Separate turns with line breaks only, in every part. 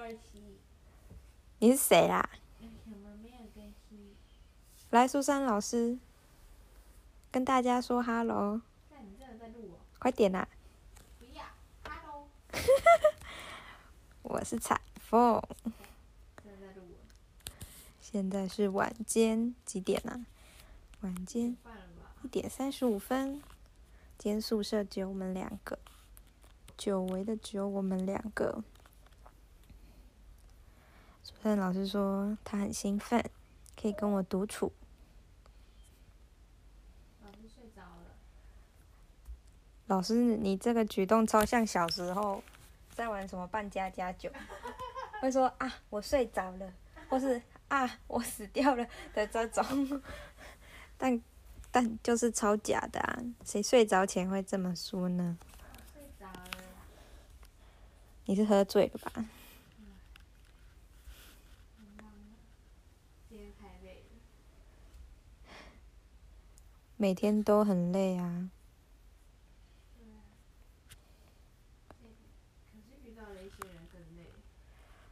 二西，
你是谁啦？
那什么没有更新？
来，苏珊老师，跟大家说哈喽，
那哎你真的在录我？
快点啊啦！
不要，Hello，
我是彩凤，
真的在录我，
现在是晚间几点啊？晚间
换了吧。
一点三十五分。今天宿舍只有我们两个，久违的只有我们两个。苏珊老师说她很兴奋，可以跟我独处。
老师睡着了，
老师，你这个举动超像小时候在玩什么扮家家 酒，会说啊我睡着了，或是啊我死掉了的这种， 但但就是超假的啊！谁睡着前会这么说呢？
我睡着了，
你是喝醉了吧？
嗯很忙啊今天太累了。
每天都很累啊，
对啊，可是遇到了一些人更累，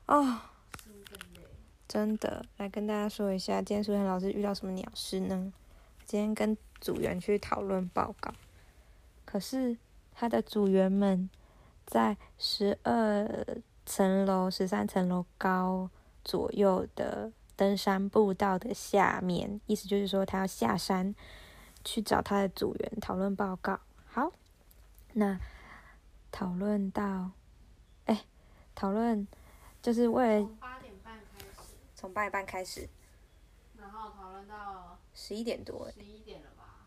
哦，
书更累。
真的，来跟大家说一下，今天苏涵老师遇到什么鸟事呢？今天跟组员去讨论报告，可是他的组员们在十二层楼、十三层楼高左右的登山步道的下面，意思就是说他要下山去找他的组员讨论报告。好，那讨论到，哎，讨论就是为了
从八点半开始，
从八点半开始。
然后讨论到
十一点多，
十一点了吧？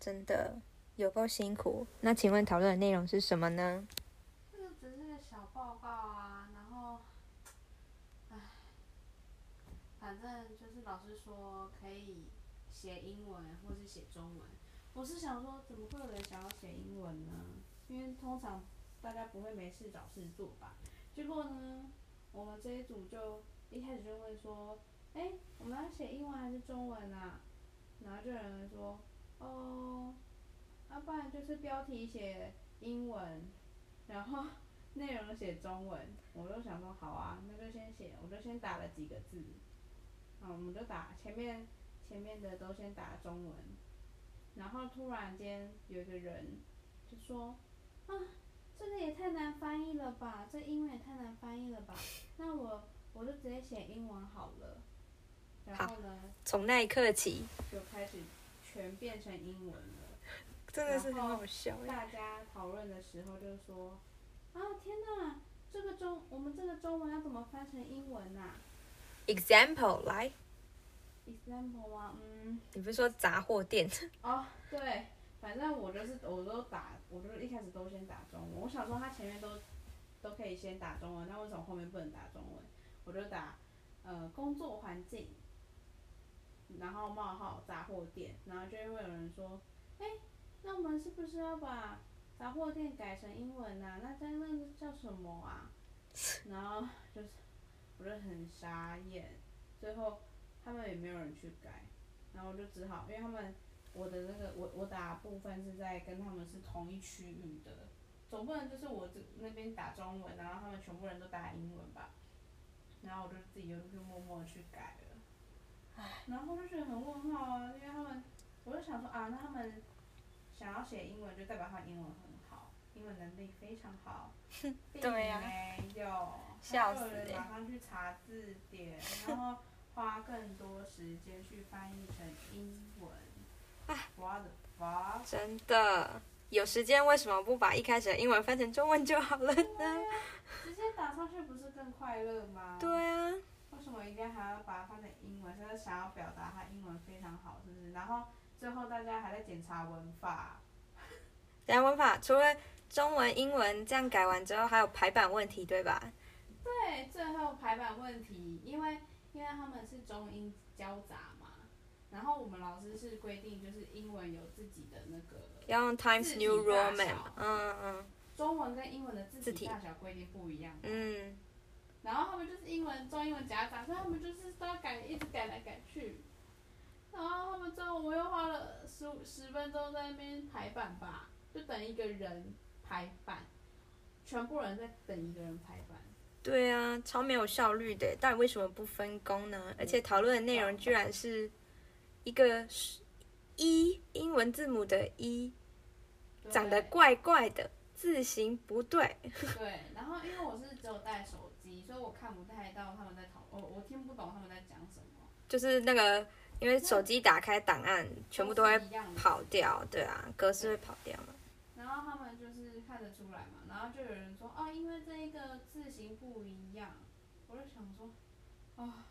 真的有够辛苦。那请问讨论的内容是什么呢？
这个只是个小报告啊，然后，唉，反正就是老师说可以写英文或是写中文。我是想说，怎么会有人想要写英文呢？因为通常大家不会没事找事做吧？结果呢，我们这一组就一开始就问说，哎、我们要写英文还是中文啊？然后就有人说，哦，要、不然就是标题写英文，然后 内容写中文，我就想说好啊，那就先写，我就先打了几个字，啊，我们就打前面前面的都先打中文，然后突然间有一个人就说啊，这个也太难翻译了吧，这英文也太难翻译了吧，那我我就直接写英文好了，然后呢
从那一刻起，
就开始全变成英文了。
真
的是很好
笑
大家讨论的时候就说：“啊，天哪，这个中我们这个中文要怎么翻成英文啊呐、
Example，来，
e x a m p l e 吗？嗯，
你不是说杂货店？
哦，对，反正我就是我都打，我就一开始都先打中文。我想说他前面都都可以先打中文，那为什么后面不能打中文？我就打呃工作环境，然后冒号杂货店，然后就会有人说：“哎，那我们是不是要把杂货店改成英文啊？那在那个叫什么啊？然后就是我就很傻眼，最后他们也没有人去改，然后我就只好因为他们我的那个我我打部分是在跟他们是同一区域的，总不能就是我这那边打中文，然后他们全部人都打英文吧，然后我就自己又去默默的去改了。然后我就觉得很问号啊，因为他们，我就想说啊，那他们想要写英文，就代表他英文很好，英文能力非常好。
对呀
并没有，
笑
还有人
死欸
马上去查字典，然后花更多时间去翻译成英文。我的妈！
真的。有时间为什么不把一开始的英文翻成中文就好了呢？
直接打上去不是更快乐吗？。
对啊，
为什么一定要还要把它翻成英文？就是想要表达他英文非常好，是不是？然后最后大家还在检查文法。
然后文法除了中文、英文这样改完之后，还有排版问题，对吧？
对，最后排版问题，因为因为他们是中英交杂嘛，然后我们老师是规定，就是英文有自己的那个，
要用 Times New
字体大
Roman，
小
嗯嗯
中文跟英文的字
字体
体大小规定不一样。
嗯，
然后他们就是英文中英文夹杂，所以他们就是都要改，一直改来改去。然后他们最后我又花了十五十分钟在那边排版吧，就等一个人排版，全部人在等一个人排版，
对啊，超没有效率的，到底为什么不分工呢？而
嗯
且讨论的内容居然是一个是一英文字母的一，
对
长得怪怪的，字形不对。
对，然后因为我是只有带手机，所以我看不太到他们在讨，我我听不懂他们在讲什么，
就是那个，因为手机打开档案，全部都会
是一样的。
跑掉，对啊，
嗯
格式会跑掉嘛。
然后他们就是看得出来嘛，然后就有人说哦，因为这一个字形不一样，我就想说，啊、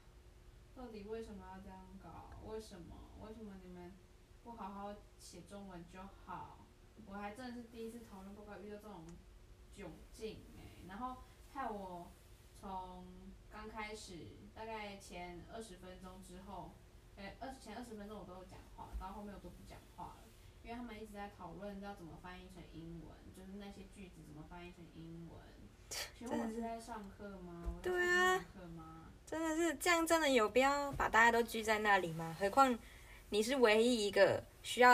到底为什么要这样搞？为什么？为什么你们不好好写中文就好？我还真的是第一次讨论报告遇到这种窘境哎、然后害我从刚开始大概前二十分钟之后，哎、二前二十分钟我都有讲话，到后面我都不讲话了。因为他们一直在讨论要怎么翻译成英文，就是那些句子怎么翻译成英文。请问我是在上课吗？我在
对啊
上课吗？
真的是这样，真的有必要把大家都聚在那里吗？何况你是唯一一个需要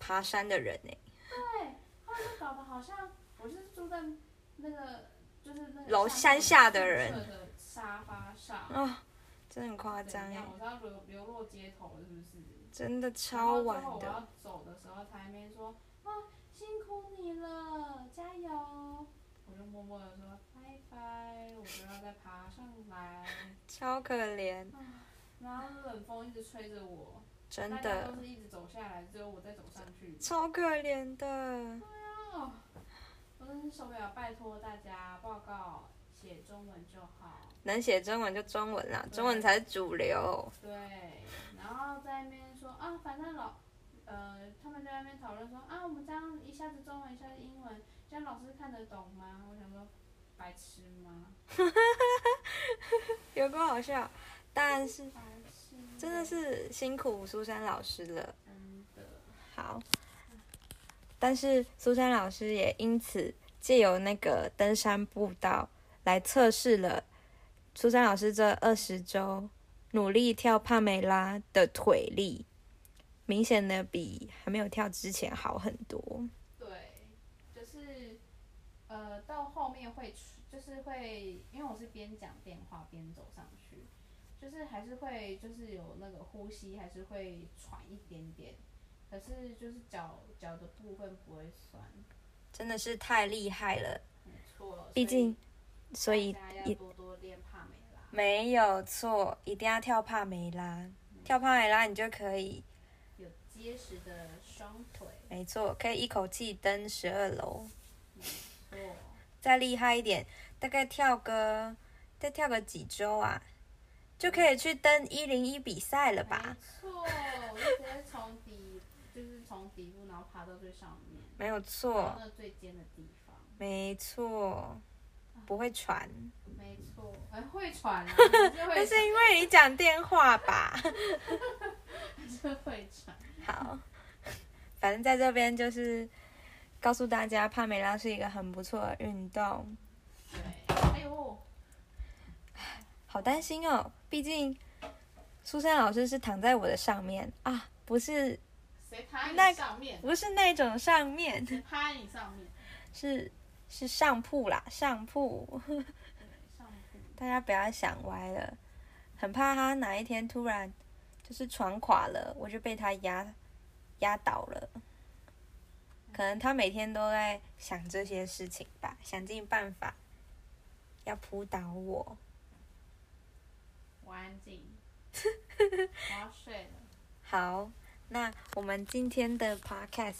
爬山的人呢、欸
对，他们就搞得好像我就是住在那个就是那个
楼
上
山
课
下的人
宿舍的沙发上，
啊、真的很夸
怎
张哎、
样？我是要流流落街头是不是？
真的超晚
然后最
的。
后我要走的时候，他还没说啊，辛苦你了，加油。我就默默的说拜拜，我就要再爬上来。
超可怜，
然后冷风一直吹着我，
真
大家
的
都是一直走下来，只有我在走上去。
超可怜的。
哦，我真是受不了，拜托大家报告写中文就好。
能写中文就中文啦，
对
中文才是主流。
对，然后在那边说啊，反正老，呃，他们在那边讨论说啊，我们这样一下子中文，一下子英文，这样老师看得懂吗？我想说，白痴吗？
有够好笑，但是
白痴，
真的是辛苦苏珊老师了。
真的，
好，但是苏珊老师也因此借由那个登山步道来测试了苏珊老师这二十周努力跳帕梅拉的腿力，明显的比还没有跳之前好很多。
对，就是，呃，到后面会出，就是会，因为我是边讲电话边走上去，就是还是会，就是有那个呼吸，还是会喘一点点，可是就是脚脚的部分不会酸。
真的是太厉害了，
没错，
毕竟，所以
大家要
一
多多练帕梅拉，
没有错，一定要跳帕梅拉。跳帕梅拉，你就可以，
有结实的双腿，
没错，可以一口气登十二楼。
错，
再厉害一点，大概跳个，再跳个几周啊，就可以去登一零一比赛了吧
没？错，我就直接从底，就是从底部，然后爬到最上面，
没有
爬到
错，
那最尖的地方，
没错，不会传，
没错，哎、会喘啊，还是
那
会
是因为你讲电话吧？
还是会喘，
好，反正在这边就是告诉大家，帕梅拉是一个很不错的运动。
对，哎呦，
好担心哦，毕竟苏珊老师是躺在我的上面啊，不是
谁趴
那
你上面？
不是那种上面，
谁趴你上面？
是是上铺啦，上铺，
对，上铺，
大家不要想歪了，很怕他哪一天突然就是床垮了，我就被他压压倒了。可能他每天都在想这些事情吧，想尽办法要扑倒我。
我安静， 我要睡了，
好，那我们今天的 podcast，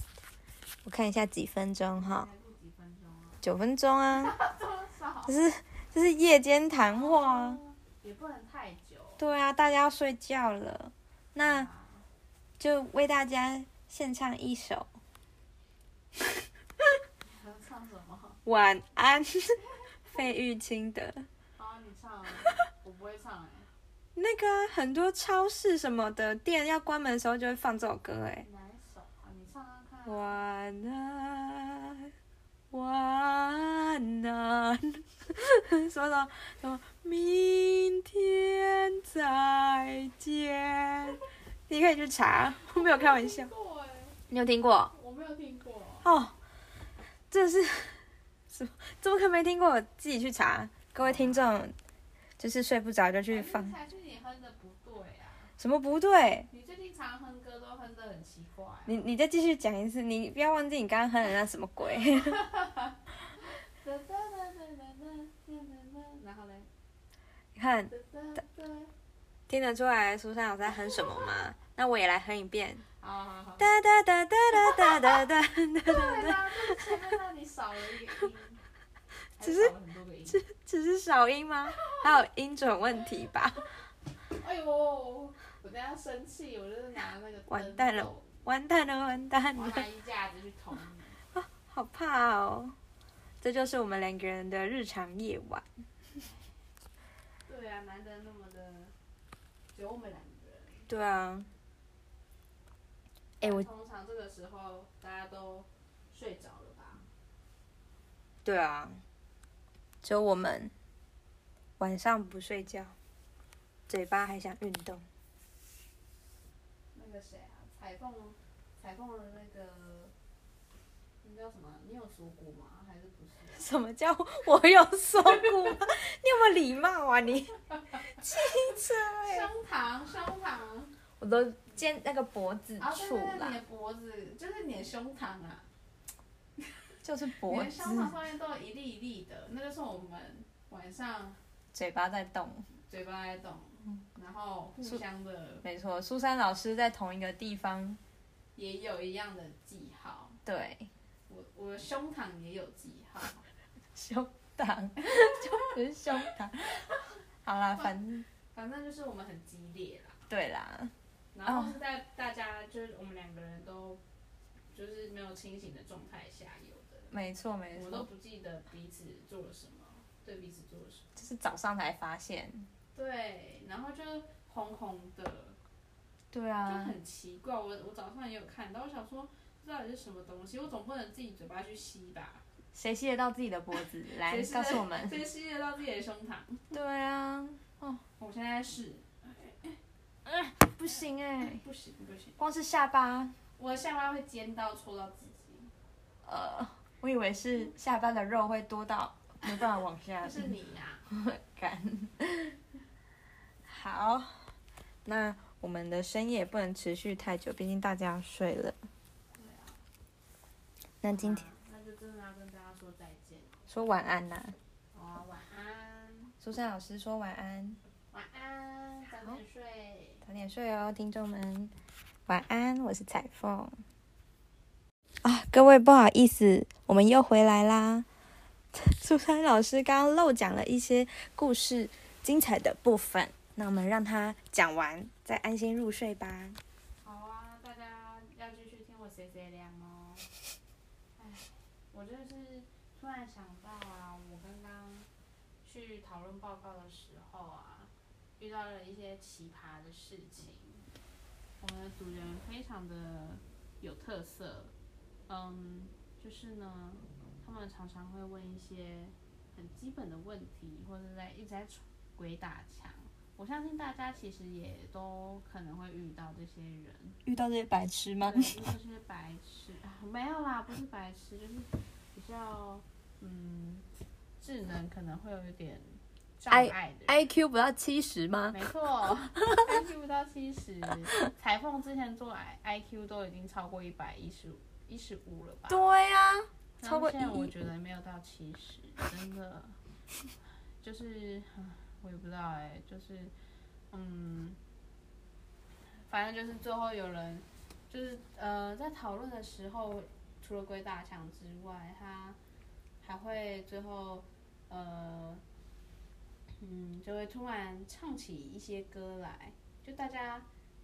我看一下几分钟哈，
还录几分钟啊？
九分钟啊，
多少？
这是这是夜间谈话啊。
也不能太久。
对啊，大家要睡觉了，那就为大家献唱一首
你要唱什么？
《晚安》， 费玉清的。
好，你唱啊，我不会唱哎、
那个啊很多超市什么的店要关门的时候就会放这首歌，哎，
哪一首啊？你唱唱看。
晚安，晚安， 说到什么明天再见，你可以去查，我没有开玩笑
听，过哎、
你有听过？
我没有听过。
哦，这是什么？怎么可能没听过？我自己去查，各位听众，就是睡不着就去
还是
放，
还是你哼的不对啊！
什么不对？
你最近常哼歌都哼得很奇怪、
你你再继续讲一次，你不要忘记你刚刚哼的那什么鬼。
哒哒哒哒哒哒哒哒哒然后嘞，
你看，
哒哒哒，
听得出来苏珊有在哼什么 吗？那我也来哼一遍，
好好好，
哒哒哒哒哒哒哒哒。
对啦，就是前面那里少了一个音，还
只
是少
是
了很多个音。
只是少音吗？还有音准问题吧？
哎呦，我等下生气，我就是拿那个灯
完蛋了
斗
完蛋了，完蛋
我要
了，
拿衣架子去捅你。
好怕哦！这就是我们两个人的日常夜晚。
对啊，难得那么的，只有我们两个人。
对啊，哎、我
通常这个时候大家都睡着了吧？
对啊，只有我们晚上不睡觉，嘴巴还想运动。
那个谁啊，彩凤，彩凤的那个，那叫什么？你有锁骨吗？还是不是？
什么叫我有说 过？你有没有礼貌啊你？汽车哎、
胸膛，胸膛，
我都肩那个脖子
啊，对
处
对对，你
啦，
的脖子，就是你的胸膛啊，
就是
你
脖
的胸
子
膛，上面都有一粒一粒的，那就是我们晚上
嘴巴在动。
嘴巴在动，
嗯
然后互
是
相的
没错，苏珊老师在同一个地方，
也有一样的记号，
对，
我我的胸膛也有记号，
胸膛，就是胸膛。好啦，反正
反正就是我们很激烈啦。
对啦，
然
哦
后是在大家就是我们两个人都就是没有清醒的状态下有的，
没错没
我都
错，
不记得彼此做了什么，对彼此做了什么，
就是早上才发现。
对，然后就红红的，
对
就
啊，
很奇怪。我我早上也有看到，我想说这到底是什么东西，我总不能自己嘴巴去吸吧，
谁吸得到自己的脖子？来
谁吸
告
得
诉我们。
这吸得到自己的胸膛。
对啊，
我现在是
不行哎、
不行不行，
光是下巴，
我的下巴会尖到戳到自己，
呃，我以为是下巴的肉会多到没办法往下
但是你啊呀、
干。好，那我们的深夜也不能持续太久，毕竟大家要睡了。
对啊，
那今天
好啦那就真的要跟大家说再见。
说晚安啦、
好啊，晚安，
苏珊老师说晚安，
晚安，早
好
点睡。
早点睡哦，听众们，晚安，我是彩凤。啊，各位不好意思，我们又回来啦。 苏珊老师刚刚漏讲了一些故事精彩的部分，那我们让她讲完，再安心入睡吧。
好啊，大家要继续听我谁谁凉哦。哎，我就是突然想到啊，我刚刚去讨论报告的时候啊，遇到了一些奇葩的事情。我们的组员非常的有特色，嗯，就是呢，他们常常会问一些很基本的问题，或者在一直在鬼打墙。我相信大家其实也都可能会遇到这些人，
遇到这些白痴吗
对，就是白痴， 啊没有啦，不是白痴，就是比较嗯，智能可能会有一点障碍的人。
？IQ 不到七十吗？
没错，IQ 不到七十，裁缝之前做 I IQ 都已经超过一百一十一十五了吧？
对呀、啊，
然
超
后
过
现在
一
我觉得没有到七十，真的， 就是唉我也不知道哎、就是嗯，反正就是最后有人就是呃，在讨论的时候，除了鬼打墙之外，他还会最后呃，嗯，就会突然唱起一些歌来，就大家。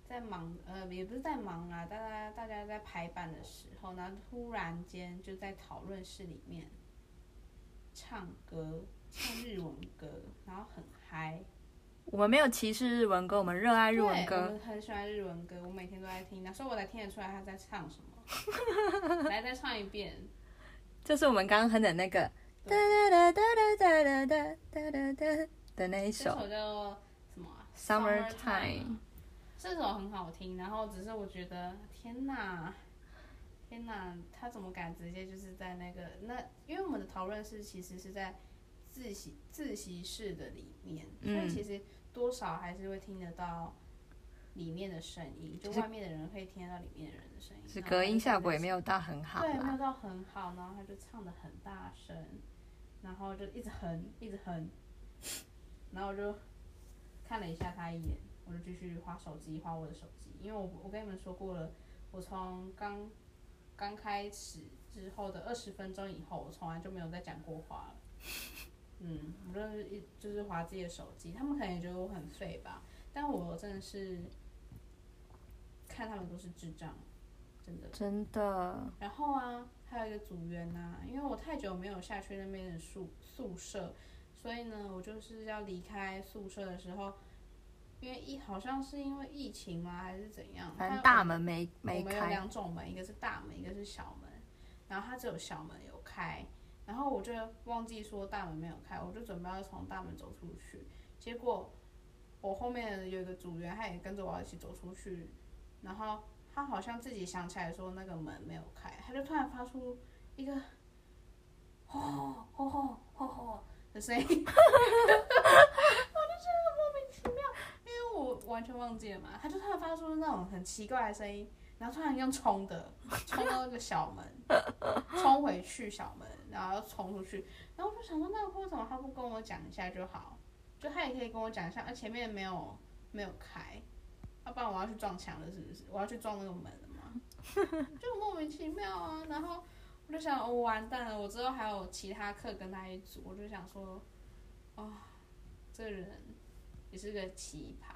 在忙，呃，也不是在忙啊，大家大家在排版的时候，然后突然间就在讨论室里面唱歌，唱日文歌，然后很嗨。
我们没有歧视日文歌，我们热爱日文
对
歌。
我很喜欢日文歌，我每天都在听，所以我才听得出来他在唱什么。 来，再唱一遍。
就是我们刚刚哼的那个哒哒哒哒哒哒哒哒哒哒的那一
这首
首
叫做什么啊、
Summertime
啊这首很好听，然后只是我觉得天哪，天哪，他怎么敢直接就是在那个那？因为我们的讨论是其实是在自习自习室的里面，所
嗯
以其实多少还是会听得到里面的声音，就
就是
外面的人可以听得到里面的人的声音，
是
然后
隔音
就
效
是
果也没有到很好
对，没有
啦。
到很好，然后他就唱的很大声，然后就一直哼，一直哼，然后我就看了一下他一眼，我就继续划手机，划我的手机，因为我我跟你们说过了，我从刚刚开始之后的二十分钟以后，我从来就没有再讲过话了。嗯，我就是一就是划自己的手机，他们可能也觉得我很废吧，但我真的是看他们都是智障，真的。
真的，
然后啊，还有一个组员呐、因为我太久没有下去那边的宿宿舍，所以呢，我就是要离开宿舍的时候，因为疫好像是因为疫情吗，还是怎样？
反正
它
大门没
我
没
们有
开，
两种门，一个是大门，一个是小门。然后它只有小门有开，然后我就忘记说大门没有开，我就准备要从大门走出去。结果我后面有一个组员，他也跟着我一起走出去，然后他好像自己想起来说那个门没有开，他就突然发出一个吼吼吼吼吼吼的声音， 我就觉得莫名其妙，因为我完全忘记了嘛，他就突然发出那种很奇怪的声音，然后突然用冲的，冲到那个小门，冲回去小门，然后又冲出去，然后我就想说，那为什么他不跟我讲一下就好？就他也可以跟我讲一下，啊，前面没有没有开，要、不然我要去撞墙了，是不是？我要去撞那个门了吗？ 就莫名其妙啊。然后我就想，我、哦完蛋了，我之后还有其他课跟他一组，我就想说，啊、这个人也是个奇葩。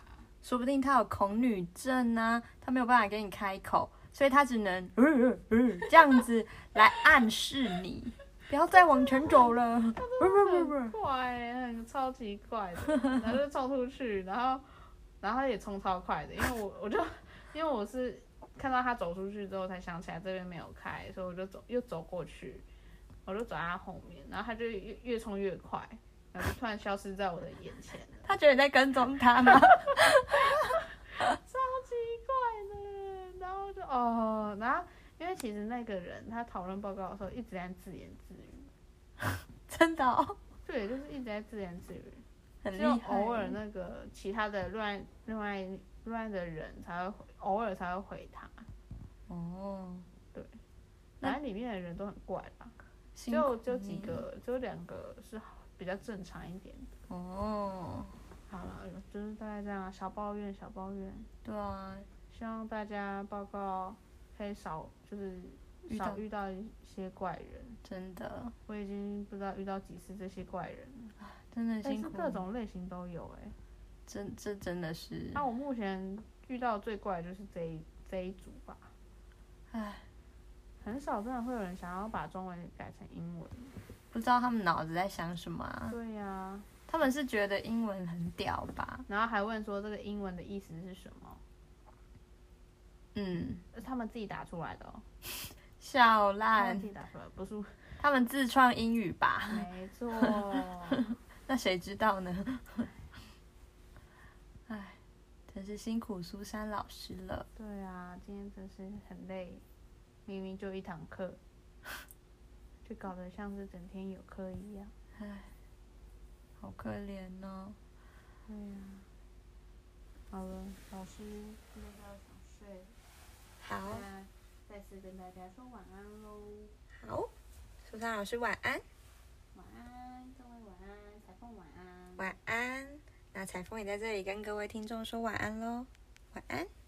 说不定他有恐女症啊，他没有办法给你开口，所以他只能嗯嗯嗯这样子来暗示你， 不要再往前走了。不不不
很
不，
怪欸、很超级怪的， 然后就冲出去，然后然后也冲超快的，因为我我就 因为我是看到他走出去之后才想起来这边没有开，所以我就走又走过去，我就走在他后面，然后他就越越冲越快，然后就突然消失在我的眼前了，
他觉得你在跟踪他吗？
超奇怪的，然后就哦，然后因为其实那个人他讨论报告的时候一直在自言自语，
真的、哦，
对，就是一直在自言自语。
很
只
厉
有
害。欸
偶尔那个其他的乱另外另外的人才会偶尔才会回他，
哦，
反正里面的人都很怪啦，
辛苦嗯
就就几
你
个，就两个是比较正常一点的。
哦，
好了，就是大概这样，小抱怨小抱怨，
对啊，
希望大家报告可以少就是
遇
少
到
遇到一些怪人。
真的，
我已经不知道遇到几次这些怪人了，
真的
但
辛
是
苦，
各种类型都有哎、
真这真的是，
那、我目前遇到最怪的就是这一这一组吧。
唉，
很少真的会有人想要把中文改成英文。
不知道他们脑子在想什么、啊。
对呀、
他们是觉得英文很屌吧？
然后还问说这个英文的意思是什么，
嗯，
是他们自己打出来的哦，
笑
他们
烂
自，己打出来，不是我，
他们自创英语吧？
没错。
那谁知道呢？ 唉，真是辛苦苏珊老师了。
对啊，今天真是很累，明明就一堂课，就搞得像是整天有课一样。
好可怜哦，
对呀、好了，老师现在要想睡，
好
那再次跟大家说晚安喽，
好，苏珊老师晚安，
晚安，各位晚安，彩凤晚安。
晚安。那彩凤也在这里跟各位听众说晚安喽，晚安。